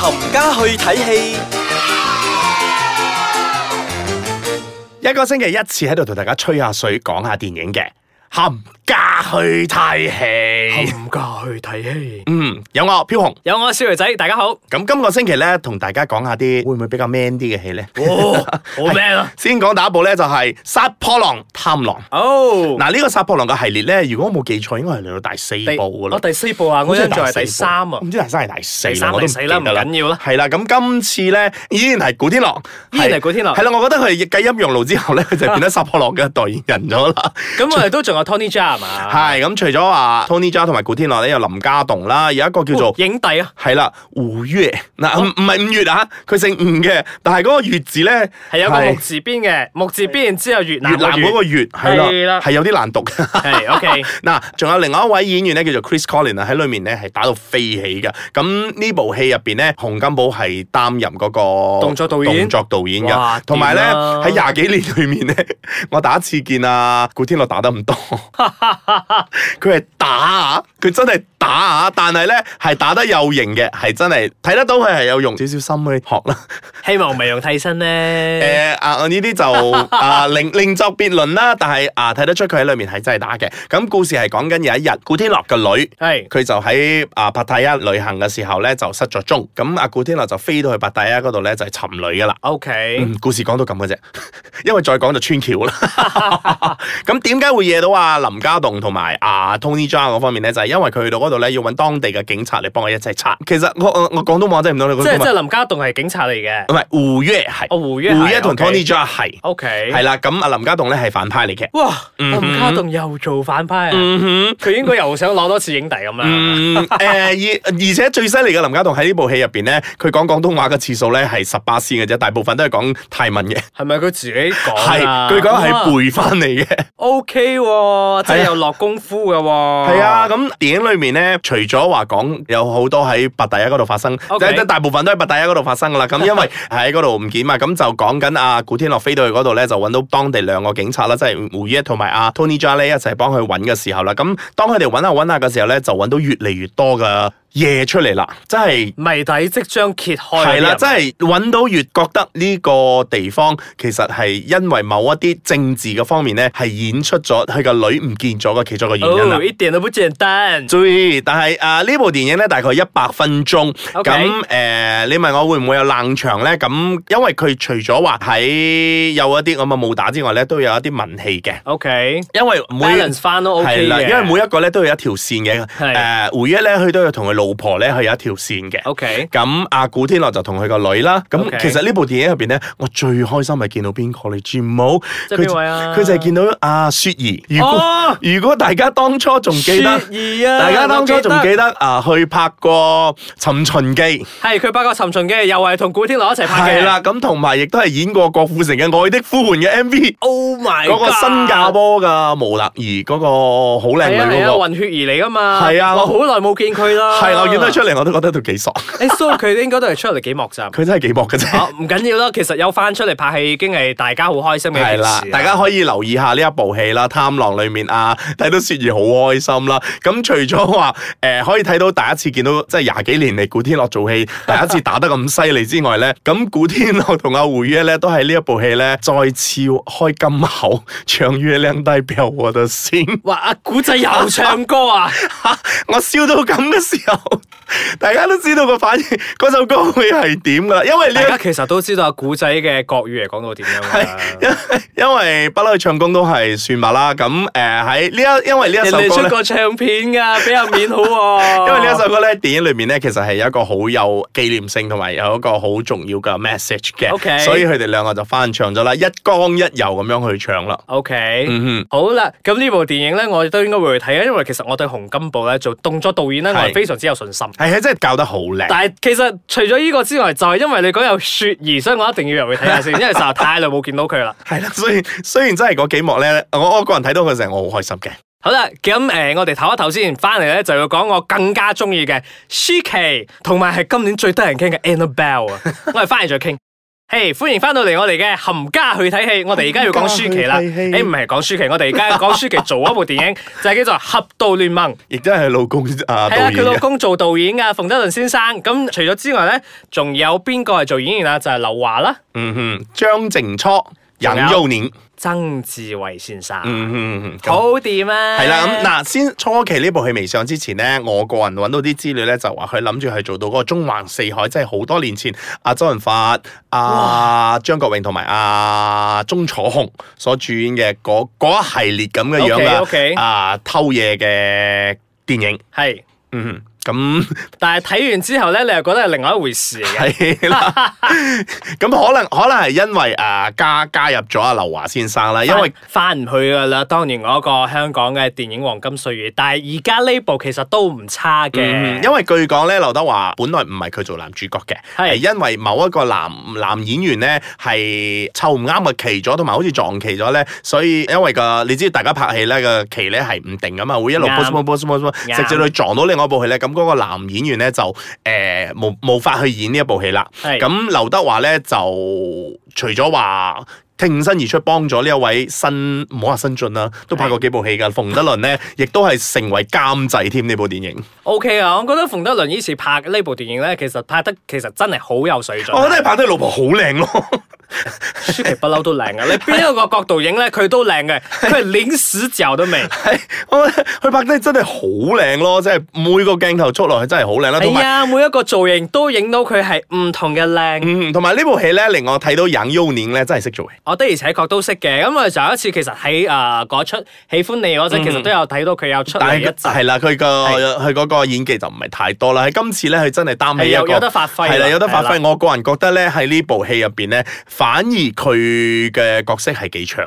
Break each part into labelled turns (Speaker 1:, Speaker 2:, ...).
Speaker 1: 冚家去睇戲，
Speaker 2: 一個星期一次喺度同大家吹下水，講下電影嘅，冚家去睇戲。
Speaker 3: 冚家去睇戲。
Speaker 2: 嗯，有我飄紅。
Speaker 3: 有我小女仔，大家 好。
Speaker 2: 咁今個星期咧，同大家講下啲會唔會比較 man 啲嘅戲咧？
Speaker 3: 哦，好 man 啊！
Speaker 2: 先講第一部咧，就係、殺破狼貪狼。
Speaker 3: 哦，
Speaker 2: 嗱，呢個殺破狼嘅系列咧，如果我冇記錯，應該係嚟到第四
Speaker 3: 第
Speaker 2: 部噶
Speaker 3: 我
Speaker 2: 啦。
Speaker 3: 第四部啊，我印象係第三啊
Speaker 2: 我。唔知第三係第四啦，
Speaker 3: 第三
Speaker 2: 我都
Speaker 3: 第四啦
Speaker 2: 記得
Speaker 3: 唔緊要啦
Speaker 2: 係啦，咁今次咧依然係古天樂，
Speaker 3: 依然係古天樂
Speaker 2: 係啦，我覺得佢係繼陰陽路之後咧，佢就變咗殺破狼嘅代言人咗啦。
Speaker 3: 咁我哋都仲有 Tony Jaa 係嘛？
Speaker 2: 係咁，除咗話 Tony Jaa 同埋古天樂咧，有林家棟啦，有一個叫做
Speaker 3: 哦。影帝啊，
Speaker 2: 係啦，胡月嗱，唔唔係五月啊，佢姓吳嘅，但係嗰個月字咧
Speaker 3: 係有個木
Speaker 2: 係
Speaker 3: 字邊嘅，木字邊然之後越
Speaker 2: 越
Speaker 3: 南
Speaker 2: 南嗰
Speaker 3: 個
Speaker 2: 個月係
Speaker 3: 係
Speaker 2: 啦，
Speaker 3: 啦
Speaker 2: 係有啲難讀。
Speaker 3: 係 OK。
Speaker 2: 嗱，仲有另外一位演員咧，叫做 Chris Collin 啊，喺裏面咧係打到飛起嘅。咁呢部戲入邊咧，洪金寶係擔任嗰個
Speaker 3: 動作導演
Speaker 2: 動作導演
Speaker 3: 哇
Speaker 2: 嘅。同埋咧
Speaker 3: 掂啦
Speaker 2: 喺廿幾年裏面咧，我第一次見啊古天樂打 得咁多，佢係打啊，佢真係打啊，但係咧係打得有型嘅，係真係睇得到佢係有用少少心去學啦。
Speaker 3: 希望未用替身咧。
Speaker 2: 誒啊！我呢啲 就啊另另作別論啦，但係啊睇得出佢喺裏面係真係打嘅。咁故事係講緊有一日古天樂嘅女。
Speaker 3: 係
Speaker 2: 佢就喺啊帕塔亞旅行嘅時候咧就失咗蹤，咁啊古天樂就飛到去帕塔亞嗰度咧就係尋女噶啦。
Speaker 3: OK。
Speaker 2: 嗯，故事講到咁嘅啫， 因為再講就穿橋啦。 咁點解會惹到啊林家棟同埋啊 Tony Jaa 嗰方面咧？就係、因為佢去到嗰度咧，要揾當地嘅警察嚟幫佢一齊查。其實我我我廣東話真係唔到
Speaker 3: 即
Speaker 2: 你講
Speaker 3: 係
Speaker 2: 廣
Speaker 3: 即
Speaker 2: 東
Speaker 3: 係
Speaker 2: 話，
Speaker 3: 林家棟係警察嚟嘅。
Speaker 2: 唔係胡月係，
Speaker 3: 哦胡月係
Speaker 2: 同
Speaker 3: OK
Speaker 2: Tony Jaa 係。
Speaker 3: OK。
Speaker 2: 係啦，咁啊林家棟咧係反派嚟嘅。
Speaker 3: 哇！
Speaker 2: 嗯
Speaker 3: 林家棟又做反派啊！
Speaker 2: 嗯
Speaker 3: 佢應該又想攞多次影帝咁啦。
Speaker 2: 嗯，誒而而且最犀利嘅林家棟喺呢部戲入邊咧，佢講廣東話嘅次數咧係十八先嘅啫，大部分都係講泰文嘅，
Speaker 3: 係咪佢自己
Speaker 2: 係
Speaker 3: 講啊？
Speaker 2: 佢講
Speaker 3: 哇
Speaker 2: 係背翻嚟嘅。
Speaker 3: O K 喎，真
Speaker 2: 係
Speaker 3: 係
Speaker 2: 啊
Speaker 3: 有落功夫嘅喎。
Speaker 2: 係啊，咁電影裏面咧，除咗話講有好多喺白大一嗰度發生，即
Speaker 3: OK
Speaker 2: 係大部分都喺白大一嗰度發生噶啦。咁 因為喺嗰度唔見嘛，咁就講緊啊古天樂飛到去嗰度咧，就揾到當地兩個警察啦，即係胡一同埋阿 Tony Jaa 咧一齊幫佢揾嘅時候啦。咁當佢哋揾下揾下嘅時候咧，就揾到越嚟越多嘅嘢出嚟啦，真係。
Speaker 3: 謎底即將揭開。
Speaker 2: 係啦，真
Speaker 3: 係
Speaker 2: 係揾到越覺得呢個地方其實係因為某一啲政治嘅方面咧，係演出咗佢個女唔見咗嘅其中一個原因啦
Speaker 3: 哦，。一點都不簡單。
Speaker 2: 注意，但係啊呢部電影咧大概一百分鐘，咁
Speaker 3: OK
Speaker 2: 誒你問我會唔會有冷場咧？咁因為佢除咗話喺有一啲咁啊嘅武打之外咧，都有一啲文戲嘅，
Speaker 3: O K，
Speaker 2: 因為每
Speaker 3: balance 翻都 O
Speaker 2: 係
Speaker 3: K
Speaker 2: 啦，
Speaker 3: 嘅。
Speaker 2: 因為每一個咧都有一條線嘅，呃
Speaker 3: 係
Speaker 2: 誒胡一咧佢都有同佢老婆咧佢有一條線嘅。
Speaker 3: O K，
Speaker 2: 咁阿古天樂就同佢個女啦，咁
Speaker 3: OK
Speaker 2: 其實呢部電影入邊咧，我最開心係見到邊個你知冇？
Speaker 3: 即係邊位啊
Speaker 2: 佢就係見到阿雪兒。如果、
Speaker 3: 哦
Speaker 2: 如果大家當初仲記得。
Speaker 3: 雪兒啊，
Speaker 2: 大家當初仲記
Speaker 3: 我
Speaker 2: 得啊，去拍過《尋秦記》，
Speaker 3: 係佢拍過《尋秦記》，又係啊同古天樂一齊拍嘅。
Speaker 2: 係啦，咁同埋亦都係演過郭富城嘅《愛的呼喚》嘅 MV，
Speaker 3: ，Oh my，
Speaker 2: 嗰個
Speaker 3: God
Speaker 2: 新加坡嘅毛立兒嗰個好
Speaker 3: 係
Speaker 2: 靚
Speaker 3: 啊
Speaker 2: 女
Speaker 3: 係啊，
Speaker 2: 嗰個，
Speaker 3: 混血兒嚟噶嘛。
Speaker 2: 係啊
Speaker 3: 我好耐冇見佢啦。
Speaker 2: 係我 見到佢出嚟我都覺得佢幾爽，
Speaker 3: 誒，so 佢應該都係出嚟幾幕咋。
Speaker 2: 佢真係幾搏嘅啫。
Speaker 3: 啊，唔緊要啦，其實有翻出嚟拍戲已經係大家好開心嘅一件
Speaker 2: 係
Speaker 3: 事啊
Speaker 2: 啦，大家可以留意下呢一部戲啦，《貪狼》裏面啊， 睇到雪兒好開心啦。咁除咗話誒可以睇到第一次見到即係廿幾年嚟古天樂做 戲，第一次打得咁犀利之外咧，咁古天樂同阿胡月咧都喺呢一部戲咧再次開金口， 唱月亮代表我的心。
Speaker 3: 哇！阿古仔又唱歌啊！
Speaker 2: 我笑到咁嘅時候， 大家都知道個反應，嗰首歌會係點噶啦，因 為呢、
Speaker 3: 大
Speaker 2: 一
Speaker 3: 家其實都知道阿古仔嘅國語嚟講到點樣㗎啦
Speaker 2: 因因為不嬲佢唱功都係算吧啦，咁誒喺呢一因為呢一
Speaker 3: 人
Speaker 2: 首
Speaker 3: 哋
Speaker 2: 歌
Speaker 3: 出
Speaker 2: 咧，
Speaker 3: 過唱片㗎，俾阿面好喎。
Speaker 2: 因為呢一首歌咧，電影裏面咧其實係有一個好有紀念性同埋有一個好重要嘅 message 嘅
Speaker 3: OK
Speaker 2: 所以佢哋兩個就翻唱咗啦，一剛一柔咁樣去唱啦。
Speaker 3: OK，、
Speaker 2: 嗯
Speaker 3: 好啦，咁呢部電影咧，我都應該會去睇啊，因為其實我對洪金寶咧做動作導演咧，我
Speaker 2: 係
Speaker 3: 係非常之有信心。
Speaker 2: 哼，係啊，真係教得好靚。
Speaker 3: 但係其實除咗呢個之外，就係、因為你講有雪兒，所以我一定要入去睇下先，因為實在太耐冇見到佢啦。
Speaker 2: 係啦，所以雖然真係嗰幾幕咧，我我個人睇到佢成，我好開心嘅。
Speaker 3: 好啦，咁誒、呃我哋唞一唞先，翻嚟咧就要講我更加中 意嘅舒淇，同埋係今年最得人傾嘅 Annabelle 啊，我哋翻嚟再傾。嘿歡迎翻到嚟我哋嘅冚家去睇戲，我哋而家要講舒淇啦。
Speaker 2: 冚家去睇戲
Speaker 3: 誒唔係講舒淇，我哋而家講舒淇做一部電影，就係叫做《俠盜聯盟》。
Speaker 2: 亦都係老公啊
Speaker 3: 係啊，
Speaker 2: 導演
Speaker 3: 佢老
Speaker 2: 嘅。
Speaker 3: 公做導演噶，馮德倫先生。咁除咗之外咧，仲有邊個係做演員啊？就係劉華啦，
Speaker 2: 嗯哼，張靜初、
Speaker 3: 仲有
Speaker 2: 楊佑年。
Speaker 3: 曾志偉先生。
Speaker 2: 嗯哼嗯哼，咁
Speaker 3: 好掂啊！
Speaker 2: 係啦，咁嗱，先初期呢部戲未上之前咧，我個人揾到啲資料咧，就話佢諗住係做到嗰個中環四海，即係好多年前阿周潤發、阿張國榮同埋阿鐘楚紅所主演嘅嗰嗰一系列咁嘅樣嘅
Speaker 3: OK，OK
Speaker 2: 啊偷嘢嘅電影。
Speaker 3: 係，
Speaker 2: 嗯哼，咁
Speaker 3: 但係睇完之後咧，你又覺得係另外一回事嚟啊嘅。
Speaker 2: 係啦，咁可能可能係因為啊加加入咗阿劉華先生啦，因為
Speaker 3: 翻翻唔去噶啦，當年嗰個香港嘅電影黃金歲月，但係而家呢部其實都唔差嘅，
Speaker 2: 嗯，因為據講咧，劉德華本來唔係佢做男主角嘅，係
Speaker 3: 係
Speaker 2: 因為某一個男男演員咧係湊唔啱個期咗，同埋好似撞期咗咧，所以因為個你知大家拍戲咧個期咧係唔定噶嘛，會一路 push
Speaker 3: 啱
Speaker 2: push push push push，
Speaker 3: 啱
Speaker 2: 直至到撞到另外一部戲咧，咁嗰個男演員咧就誒冇冇法去演呢一部戲啦。
Speaker 3: 係
Speaker 2: 咁劉德華咧就除咗話。挺身而出幫咗呢一位新唔好話新晉啦，都拍過幾部戲㗎。馮德倫咧，亦都係成為監製添呢部電影。
Speaker 3: OK 啊！我覺得馮德倫呢次拍呢部電影咧，其實拍得其實真係好有水準。
Speaker 2: 我覺得佢哦拍得佢老婆好靚 咯，
Speaker 3: 舒淇不嬲都靚嘅，啊你邊一個角度影咧，佢都靚 嘅，佢係連死角都未。
Speaker 2: 係我覺得哦佢拍得真係好靚咯，即係每個鏡頭捉落去真係好靚啦，同
Speaker 3: 係
Speaker 2: 埋。
Speaker 3: 啊，每一個造型都影到佢係唔同嘅靚。
Speaker 2: 嗯，同埋呢部戲咧，令我睇到楊優年咧真係識做嘅。
Speaker 3: 我的而且確都識嘅，咁我上一次其實喺誒嗰出喜歡你
Speaker 2: 嗯
Speaker 3: 嗰陣，其實都有睇到佢有出嚟
Speaker 2: 但
Speaker 3: 一
Speaker 2: 係
Speaker 3: 集，
Speaker 2: 係啦，佢個佢嗰個演技就唔係太多啦。喺今次咧，佢真係擔
Speaker 3: 係
Speaker 2: 起一
Speaker 3: 有有
Speaker 2: 個
Speaker 3: 得發揮，啊
Speaker 2: 係啦，有得發
Speaker 3: 係啦
Speaker 2: 揮。我個人覺得咧，喺呢部戲入邊咧，反而佢嘅角色係幾長。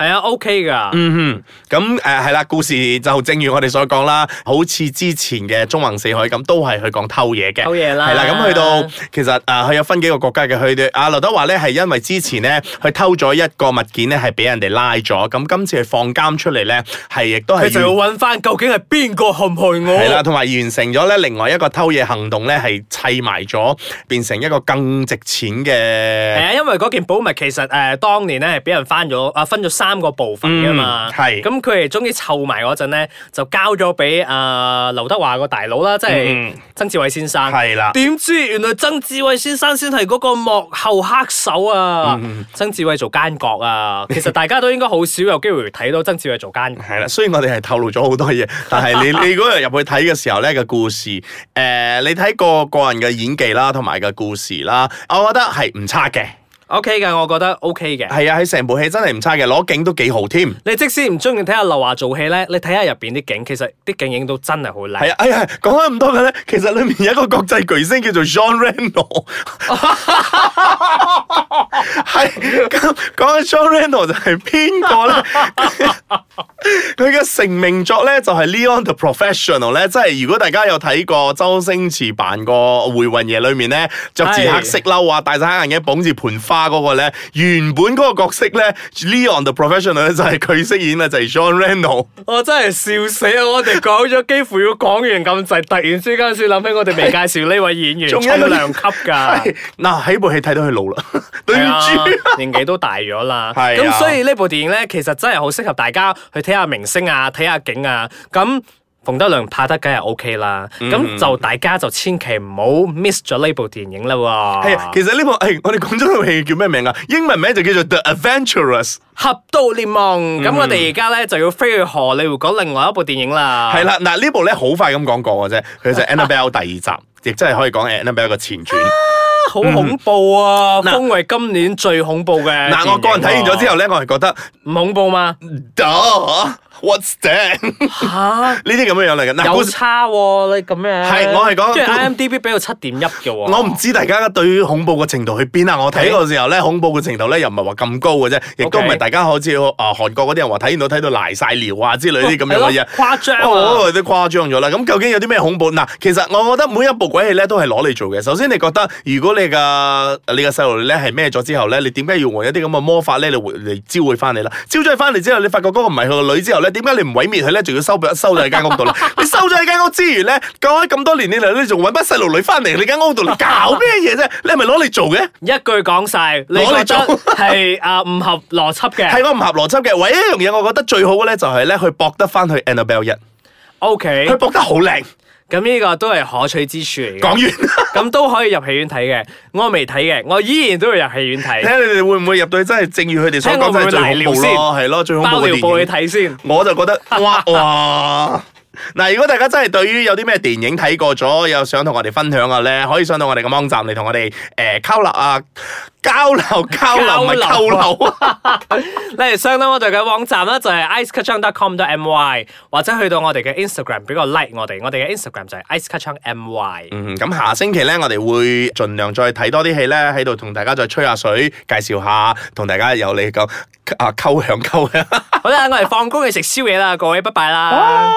Speaker 3: 係啊，OK 噶，
Speaker 2: 嗯哼，咁誒係啦，故事就正如我哋所講啦，好似之前嘅《中橫四海》咁，都係佢講偷嘢嘅，
Speaker 3: 偷嘢啦
Speaker 2: 係啦，咁去到其實誒，佢、有分幾個國家嘅，佢哋阿劉德華咧係因為之前咧佢偷咗一個物件咧係俾人哋拉咗，咁今次佢放監出嚟咧係亦都係
Speaker 3: 佢就要
Speaker 2: 完
Speaker 3: 揾翻究竟係邊個陷害我。
Speaker 2: 係啦，同埋完成咗咧另外一個偷嘢行動咧係砌埋咗，變成一個更值錢
Speaker 3: 係
Speaker 2: 嘅。
Speaker 3: 啊，因為嗰件寶物其實誒、呃、當年咧係俾人翻咗啊分咗三個部分噶嘛，
Speaker 2: 嗯係
Speaker 3: 咁佢哋終於湊埋嗰陣咧，就交咗俾啊劉德華個大佬啦，即係
Speaker 2: 嗯
Speaker 3: 曾志偉先生。
Speaker 2: 係啦，
Speaker 3: 點知原來曾志偉先生先係嗰個幕後黑手啊！
Speaker 2: 嗯
Speaker 3: 曾志偉做奸角 啊！其實大家都應該好少有機會睇到曾志偉做奸角。
Speaker 2: 係啦，雖然我哋係透露咗好多嘢，但係你你嗰日入去睇嘅時候咧個故事，誒、你睇個個人嘅演技啦，同埋個故事啦，我覺得係唔差嘅，
Speaker 3: O K 嘅，我覺得 O K 嘅。
Speaker 2: 係啊，喺成部戲真係唔差嘅，攞景都幾好添，
Speaker 3: 你即使唔中意睇下劉華做戲咧，你睇下入邊啲景，其實啲景影都真係好靚。
Speaker 2: 係啊，哎呀，講開咁多嘅咧，其實裏面有一個國際巨星叫做 John Reno，係咁講起 John Reno 就係邊個咧？佢嘅成名作咧就係、Leon the Professional 咧，即係如果大家有睇過周星馳扮個《回魂夜》裏面咧，着住黑色褸啊，戴晒黑眼鏡，綁住盆花嗰個咧，原本嗰個角色咧，Leon the Professional 咧就係佢飾演嘅，啊就係、John Reno。
Speaker 3: 我真係笑死啊！我哋講咗幾乎要講完咁滯，突然之間先諗起我哋未介紹呢位演員，
Speaker 2: 仲
Speaker 3: 重
Speaker 2: 有一個
Speaker 3: 量級㗎
Speaker 2: 係。嗱喺部戲睇到佢 老啦，對
Speaker 3: 係
Speaker 2: 唔
Speaker 3: 啊
Speaker 2: 住。，
Speaker 3: 年紀都大咗啦。
Speaker 2: 係啊
Speaker 3: 咁所以呢部電影咧，其實真係好適合大家去睇下明星啊，睇下景啊。咁馮德良拍得梗係 O K 啦。
Speaker 2: 嗯
Speaker 3: 咁、就大家就千祈唔好 miss 咗呢部電影啦
Speaker 2: 係啊，
Speaker 3: 喎。
Speaker 2: 其實呢部誒，我哋講咗套戲叫咩名啊？英文名就叫做 The Adventurous，
Speaker 3: 俠盜聯盟。咁、我哋而家咧就要飛去荷里活講另外一部電影啦。
Speaker 2: 嗯係啦。啊嗱呢部咧好快咁講過嘅啫，佢就係 Annabelle 第二集，亦真係可以講係 Annabelle 個前傳。
Speaker 3: 好恐怖啊！
Speaker 2: 嗱
Speaker 3: 封為今年最恐怖嘅。
Speaker 2: 嗱，我個人睇完咗之後，咧，我係覺得
Speaker 3: 唔恐怖嘛？
Speaker 2: ，Duh，what's that？呢
Speaker 3: 吓，
Speaker 2: 啲咁樣樣嚟嘅。嗱，
Speaker 3: 有啊
Speaker 2: 故事
Speaker 3: 差喎，你咁樣。
Speaker 2: 係我係講
Speaker 3: 即係
Speaker 2: 故
Speaker 3: IMDB 俾到七點一嘅喎。
Speaker 2: 我唔知大家對於恐怖嘅程度去邊啦。我睇嗰時候咧，恐怖嘅程度咧又唔係話咁高嘅啫，亦都唔
Speaker 3: OK
Speaker 2: 係大家好似啊韓國嗰啲人話睇完到睇到賴晒尿啊之類啲
Speaker 3: 哦
Speaker 2: 咁樣嘅嘢。
Speaker 3: 誇 張啊！
Speaker 2: 哦，有啲誇張咗啦。咁究竟有啲咩恐怖？嗱，其實我覺得每一部鬼戲咧都係攞嚟做嘅。首先，你覺得如果你嘅你嘅細路咧係咩咗之後咧，你點解要用一啲咁嘅魔法咧嚟回嚟召喚翻你啦？召咗佢翻嚟之後，你發覺嗰個唔係佢個女之後咧，咧，點解你唔毀滅佢咧？仲要收收咗喺間屋度咧？你收咗喺間屋之餘咧，講咗咁多年以嚟，你仲揾班細路女翻嚟你間屋度嚟搞咩嘢啫？你係咪攞嚟做嘅？
Speaker 3: 一句講晒，你
Speaker 2: 攞嚟
Speaker 3: 覺得
Speaker 2: 做
Speaker 3: 係啊唔合邏輯
Speaker 2: 係
Speaker 3: 嘅
Speaker 2: 我唔合邏輯嘅。唯一一樣嘢，我覺得最好嘅咧，就係咧，佢搏得翻去 Annabelle 一，
Speaker 3: ？OK，
Speaker 2: 佢搏得好靚。
Speaker 3: 咁呢個都係可取之處嚟嘅。
Speaker 2: 講完。
Speaker 3: 咁都可以入戲院睇嘅，我未睇嘅，我依然都會入戲院
Speaker 2: 睇
Speaker 3: 睇，
Speaker 2: 下你哋會唔會入到去真係正如佢哋所講，真係最恐怖咯，係咯，最恐怖
Speaker 3: 包
Speaker 2: 嘅
Speaker 3: 尿布
Speaker 2: 電
Speaker 3: 去
Speaker 2: 影。
Speaker 3: 睇先。
Speaker 2: 我就覺得哇哇！嗱，如果大家真係對於有啲咩電影睇過咗，又想同我哋分享嘅咧，可以上到我哋嘅網站嚟同我哋誒交流啊，交流交流咪
Speaker 3: 交
Speaker 2: 交
Speaker 3: 流
Speaker 2: 流啊！
Speaker 3: 你哋上到我哋嘅網站啦，就係 icekachang.com.my，或者去到我哋嘅 Instagram 俾個 like 我哋，我哋嘅 Instagram 就係 icekachangmy。
Speaker 2: 嗯，咁下星期咧，我哋會盡量再睇多啲戲咧，喺度同大家再吹下水，介紹下，同大家有你講啊溝響溝響。
Speaker 3: 好啦，我哋放工去食宵夜啦，各位，拜拜啦。